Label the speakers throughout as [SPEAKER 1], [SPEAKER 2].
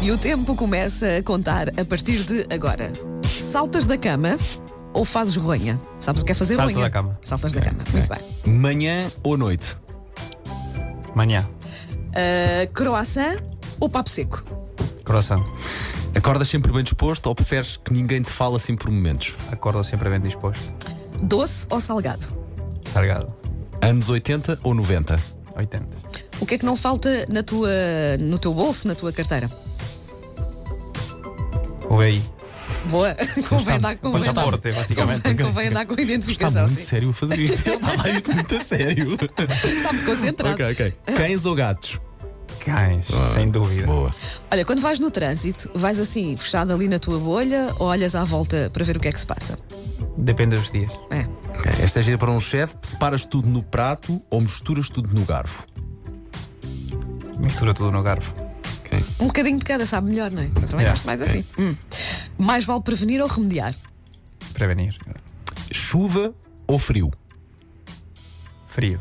[SPEAKER 1] E o tempo começa a contar a partir de agora. Saltas da cama ou fazes ronha? Sabes o que é fazer
[SPEAKER 2] Salto
[SPEAKER 1] ronha?
[SPEAKER 2] da cama. É,
[SPEAKER 1] Saltas da cama. Muito bem.
[SPEAKER 3] Manhã ou noite?
[SPEAKER 2] Manhã.
[SPEAKER 1] Uh, croissant ou papo seco?
[SPEAKER 2] Coração.
[SPEAKER 3] Acordas sempre bem disposto ou preferes que ninguém te fale assim por momentos?
[SPEAKER 2] Acordo sempre bem disposto.
[SPEAKER 1] Doce ou salgado?
[SPEAKER 2] Carregado.
[SPEAKER 3] Anos 80 ou 90?
[SPEAKER 2] 80.
[SPEAKER 1] O que é que não falta na tua, no teu bolso, na tua carteira?
[SPEAKER 2] O BI.
[SPEAKER 1] Boa. Convém
[SPEAKER 2] está-
[SPEAKER 1] andar,
[SPEAKER 2] o
[SPEAKER 1] convém andar,
[SPEAKER 3] é,
[SPEAKER 2] passaporte, basicamente.
[SPEAKER 1] convém, convém andar com a identificação. sim.
[SPEAKER 3] sério a fazer isto. Ele está a isto muito a sério.
[SPEAKER 1] Está-me concentrado.
[SPEAKER 3] ok. Cães ou gatos?
[SPEAKER 2] Cães, sem dúvida.
[SPEAKER 3] Ah, Boa.
[SPEAKER 1] Olha, quando vais no trânsito, vais assim, fechado ali na tua bolha ou olhas à volta para ver o que é que se passa?
[SPEAKER 2] Depende dos dias.
[SPEAKER 1] É.
[SPEAKER 3] Ok, Esta é gira para um chefe. Separas tudo no prato ou misturas tudo no garfo?
[SPEAKER 2] Mistura tudo no garfo.
[SPEAKER 1] Um bocadinho de cada sabe melhor, não é? Eu também
[SPEAKER 2] Yeah.
[SPEAKER 1] gosto mais assim.
[SPEAKER 3] É.
[SPEAKER 1] Hum. Mais vale prevenir ou remediar?
[SPEAKER 2] Prevenir.
[SPEAKER 3] Chuva ou frio?
[SPEAKER 2] Frio.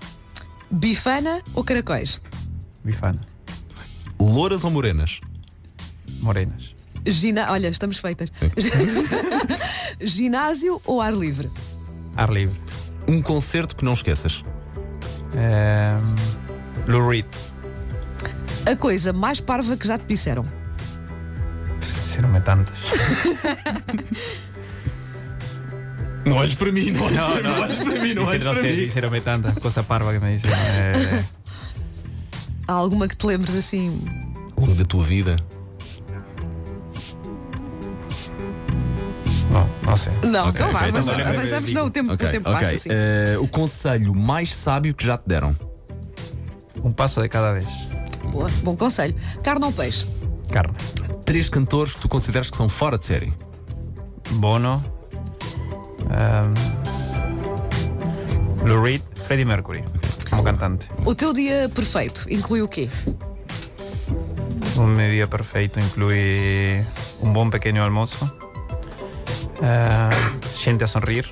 [SPEAKER 1] Bifana ou caracóis?
[SPEAKER 2] Bifana.
[SPEAKER 3] Louras ou morenas?
[SPEAKER 2] Morenas.
[SPEAKER 1] Gina... Olha, estamos feitas. Ginásio ou ar livre?
[SPEAKER 2] Ar livre.
[SPEAKER 3] Um concerto que não esqueças.
[SPEAKER 2] Ehm, Lou Reed.
[SPEAKER 1] A coisa mais parva que já te disseram.
[SPEAKER 2] Sinceramente, tantas.
[SPEAKER 3] Não olhes para mim, não olhes para mim, não olhes para mim,
[SPEAKER 2] Sinceramente, tantas. Coisa parva que me dizem. Eh,
[SPEAKER 1] Há alguma que te lembres assim?
[SPEAKER 3] Ao longo da tua vida.
[SPEAKER 2] bom, não sei.
[SPEAKER 1] Não, então vá,
[SPEAKER 3] ok, então
[SPEAKER 1] avançamos,
[SPEAKER 2] olha,
[SPEAKER 1] avançamos.
[SPEAKER 2] digo.
[SPEAKER 1] Não, o tempo,
[SPEAKER 3] Ok,
[SPEAKER 1] o tempo
[SPEAKER 3] ok.
[SPEAKER 1] passa assim.
[SPEAKER 3] Eh, o conselho mais sábio que já te deram.
[SPEAKER 2] Um passo de cada vez.
[SPEAKER 1] Boa, bom conselho. Carne ou peixe?
[SPEAKER 2] Carne.
[SPEAKER 3] Três cantores que tu consideras que são fora de série.
[SPEAKER 2] Bono. ehm, Lou Reed. Freddie Mercury. Como cantante.
[SPEAKER 1] O teu dia perfeito inclui o quê?
[SPEAKER 2] Un medio perfecto incluye un buen pequeño almuerzo, eh, gente a sonreír.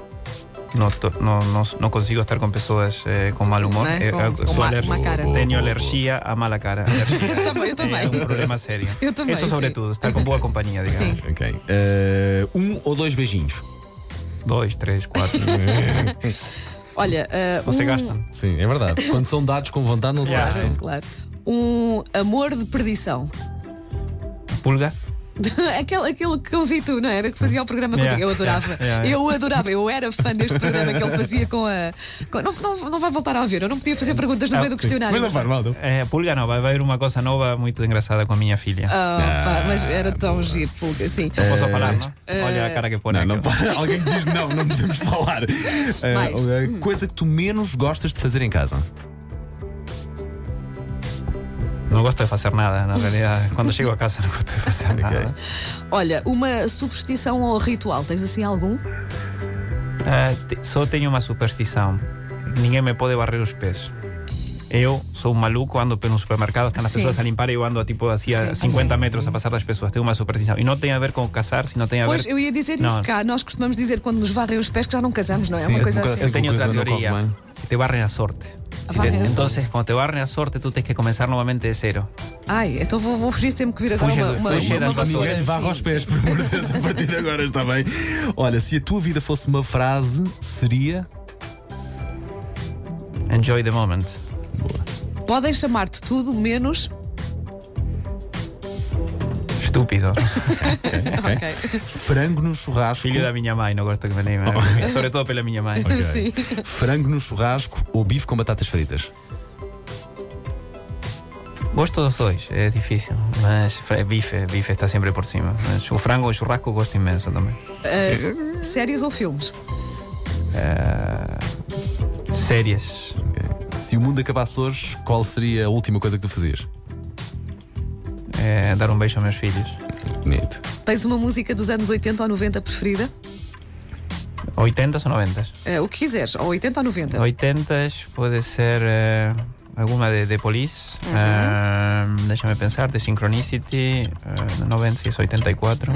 [SPEAKER 2] No, to- no, no- no consigo estar con personas eh, con mal humor.
[SPEAKER 1] Né?
[SPEAKER 3] é,
[SPEAKER 2] Eh,
[SPEAKER 1] Com-
[SPEAKER 2] eh,
[SPEAKER 1] com
[SPEAKER 2] sou
[SPEAKER 1] má-
[SPEAKER 2] aler-
[SPEAKER 1] má cara. Boa,
[SPEAKER 2] Tengo alergia a mala cara.
[SPEAKER 1] Eu também, eu também.
[SPEAKER 2] Es
[SPEAKER 3] É.
[SPEAKER 2] un problema serio.
[SPEAKER 1] Eu também,
[SPEAKER 2] Eso sobre
[SPEAKER 1] sim.
[SPEAKER 2] todo, estar con buena compañía, digamos.
[SPEAKER 1] Sim.
[SPEAKER 3] Ok. Eh, um ou dois beijinhos.
[SPEAKER 2] Dos, tres, cuatro.
[SPEAKER 1] Olha, ah,
[SPEAKER 2] No se
[SPEAKER 1] um-
[SPEAKER 2] gastan.
[SPEAKER 3] Sim, é verdade. Quando são dados com vontade, não se
[SPEAKER 2] Yeah.
[SPEAKER 3] gastam.
[SPEAKER 1] Claro, claro. Um amor de perdição.
[SPEAKER 2] Pulga.
[SPEAKER 1] aquele, aquele cãozito, não é? era? Que fazia o programa
[SPEAKER 2] Yeah.
[SPEAKER 1] contigo. Eu adorava.
[SPEAKER 2] Yeah, yeah.
[SPEAKER 1] Eu adorava. Eu era fã deste programa que ele fazia com a. com- não, não, não vai voltar a ouvir. Eu não podia fazer perguntas
[SPEAKER 2] Ah,
[SPEAKER 1] no meio do questionário. Mas,
[SPEAKER 3] faz mal, não.
[SPEAKER 2] Eh, pulga no, vai haber una cosa nova muy engrasada con mi filha. Ah,
[SPEAKER 1] Opa, mas era tão giro, fuga, sim.
[SPEAKER 2] No puedo hablar, ¿no? Olha a cara que pone.
[SPEAKER 3] Não, não pode. Alguém que diz não, não podemos falar. Eh,
[SPEAKER 1] Mais. Hum.
[SPEAKER 3] eh, coisa que tu menos gostas de fazer em casa.
[SPEAKER 2] No gosto de hacer nada, en realidad. Cuando llego a casa no gosto de hacer
[SPEAKER 3] Ok.
[SPEAKER 2] nada.
[SPEAKER 1] Olha, uma superstição ou ritual, tens assim algum?
[SPEAKER 2] Ah, te- só tenho uma superstição. Ninguém me pode varrer os pés. Eu sou um maluco, ando pelo supermercado, estão as
[SPEAKER 1] Sim.
[SPEAKER 2] pessoas a limpar e eu ando tipo assim a
[SPEAKER 1] Sim.
[SPEAKER 2] 50 metros a passar das pessoas. Tenho uma superstição. E não tem a ver com casar, se não tem a
[SPEAKER 1] Pois
[SPEAKER 2] ver.
[SPEAKER 1] eu ia dizer
[SPEAKER 2] Não.
[SPEAKER 1] isso cá. Nós costumamos dizer quando nos varrem os pés que já não casamos, não é? É
[SPEAKER 3] Sim,
[SPEAKER 1] uma coisa
[SPEAKER 3] uma
[SPEAKER 1] assim.
[SPEAKER 3] coisa
[SPEAKER 2] Eu tenho outra
[SPEAKER 3] Sim, coisa não
[SPEAKER 2] teoria.
[SPEAKER 3] corre bem.
[SPEAKER 2] que Te barren a sorte. Se
[SPEAKER 1] Varrem
[SPEAKER 2] te-
[SPEAKER 1] a
[SPEAKER 2] Então,
[SPEAKER 1] sorte.
[SPEAKER 2] quando te barren a sorte, tu tens que começar novamente de zero.
[SPEAKER 1] Ai, então vou, vou fugir sempre que vir agora
[SPEAKER 2] Fuja
[SPEAKER 1] uma,
[SPEAKER 2] do-
[SPEAKER 1] uma,
[SPEAKER 2] fuja
[SPEAKER 1] uma,
[SPEAKER 2] das vassouras.
[SPEAKER 1] vassoura.
[SPEAKER 3] Ninguém varra
[SPEAKER 1] Sim,
[SPEAKER 3] aos pés,
[SPEAKER 1] sim.
[SPEAKER 3] por amor de Deus, a partir de agora está bem. Olha, se a tua vida fosse uma frase, seria.
[SPEAKER 2] Enjoy the moment.
[SPEAKER 1] Podem chamar-te tudo menos.
[SPEAKER 2] Estúpido.
[SPEAKER 1] Ok.
[SPEAKER 3] Frango no churrasco.
[SPEAKER 2] Filho da minha mãe, não gosto que me lembre. Sobre todo pela minha mãe.
[SPEAKER 3] Ok.
[SPEAKER 1] Sim.
[SPEAKER 3] Frango no churrasco ou bife com batatas fritas?
[SPEAKER 2] Gosto dos dois, é difícil. Mas fra- bife, bife está sempre por cima. Mas o frango e o churrasco gosto imenso também. É.
[SPEAKER 1] Ah, séries ou filmes?
[SPEAKER 2] Séries.
[SPEAKER 3] Se o mundo acabasse hoje, qual seria a última coisa que tu fazias?
[SPEAKER 2] É, dar um beijo aos meus filhos.
[SPEAKER 3] Bonito.
[SPEAKER 1] Tens uma música dos anos 80 ou 90 preferida?
[SPEAKER 2] 80 ou 90?
[SPEAKER 1] Eh, o que quiseres, ou 80 ou 90.
[SPEAKER 2] 80 pode ser eh, alguma de, de Police. eh, Deixa-me pensar, de Synchronicity. eh, 90, isso, 84.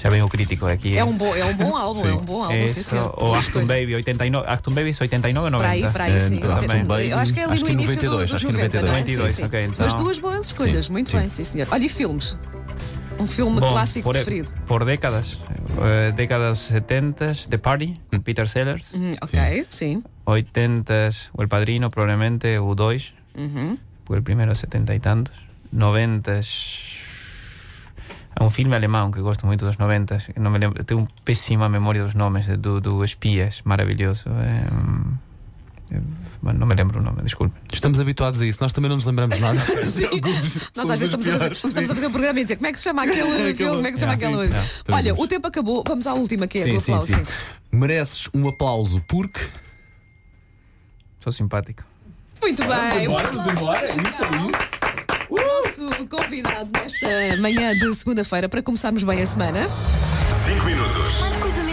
[SPEAKER 2] Já vem o crítico eh. aqui.
[SPEAKER 1] Uhum. É um bom, é um bom álbum, é um bom álbum, sim,
[SPEAKER 2] Isso,
[SPEAKER 1] senhor.
[SPEAKER 2] ou
[SPEAKER 1] Boa
[SPEAKER 2] Acton
[SPEAKER 1] escolha.
[SPEAKER 2] Baby, 89. Acton Baby, 89 ou 90?
[SPEAKER 1] Para aí, para aí,
[SPEAKER 3] Eh,
[SPEAKER 1] sim.
[SPEAKER 3] eu acho
[SPEAKER 1] Também.
[SPEAKER 3] que no
[SPEAKER 1] Eu acho que é ali
[SPEAKER 3] acho
[SPEAKER 1] no
[SPEAKER 3] que
[SPEAKER 1] início
[SPEAKER 3] 92,
[SPEAKER 1] do, dos
[SPEAKER 3] acho que
[SPEAKER 1] 90, não é?
[SPEAKER 2] 92,
[SPEAKER 1] Sim, sim.
[SPEAKER 2] ok, então-
[SPEAKER 1] Mas duas boas escolhas,
[SPEAKER 3] Sim,
[SPEAKER 1] muito
[SPEAKER 3] sim.
[SPEAKER 1] bem, sim, senhor. Olha, e filmes? Um filme
[SPEAKER 2] Bom,
[SPEAKER 1] clássico
[SPEAKER 2] por,
[SPEAKER 1] preferido.
[SPEAKER 2] Por décadas. Eh, décadas 70, The Party, con Peter Sellers.
[SPEAKER 1] Hum, ok, sim.
[SPEAKER 2] 80, o El Padrino, probablemente, o Dois.
[SPEAKER 1] Uhum.
[SPEAKER 2] Porque é el primero 70 y tantos. 90. Há um filme alemão que eu gosto muito dos 90, que não me lembro, eu tenho péssima memória dos nomes, do, do Espias, maravilhoso. É, hum, é, mas não me lembro o nome, desculpe.
[SPEAKER 3] Estamos habituados a isso, nós também não nos lembramos nada.
[SPEAKER 1] Nós às vezes estamos a, fazer, estamos a fazer um programa e dizer como é que se chama aquele
[SPEAKER 3] Aquele-
[SPEAKER 1] filme, como é que se chama
[SPEAKER 3] Ah,
[SPEAKER 1] aquele
[SPEAKER 3] sim,
[SPEAKER 1] outro.
[SPEAKER 3] não, também
[SPEAKER 1] Olha,
[SPEAKER 3] vamos.
[SPEAKER 1] o tempo acabou, vamos à última que é
[SPEAKER 3] Sim,
[SPEAKER 1] do
[SPEAKER 3] sim,
[SPEAKER 1] aplauso.
[SPEAKER 3] sim. Mereces um aplauso porque.
[SPEAKER 2] Sou simpático.
[SPEAKER 1] Muito bem, um
[SPEAKER 3] vamos embora, isso é isso.
[SPEAKER 1] O nosso convidado nesta manhã de segunda-feira para começarmos bem a semana.
[SPEAKER 4] 5 minutos.
[SPEAKER 5] Mais coisas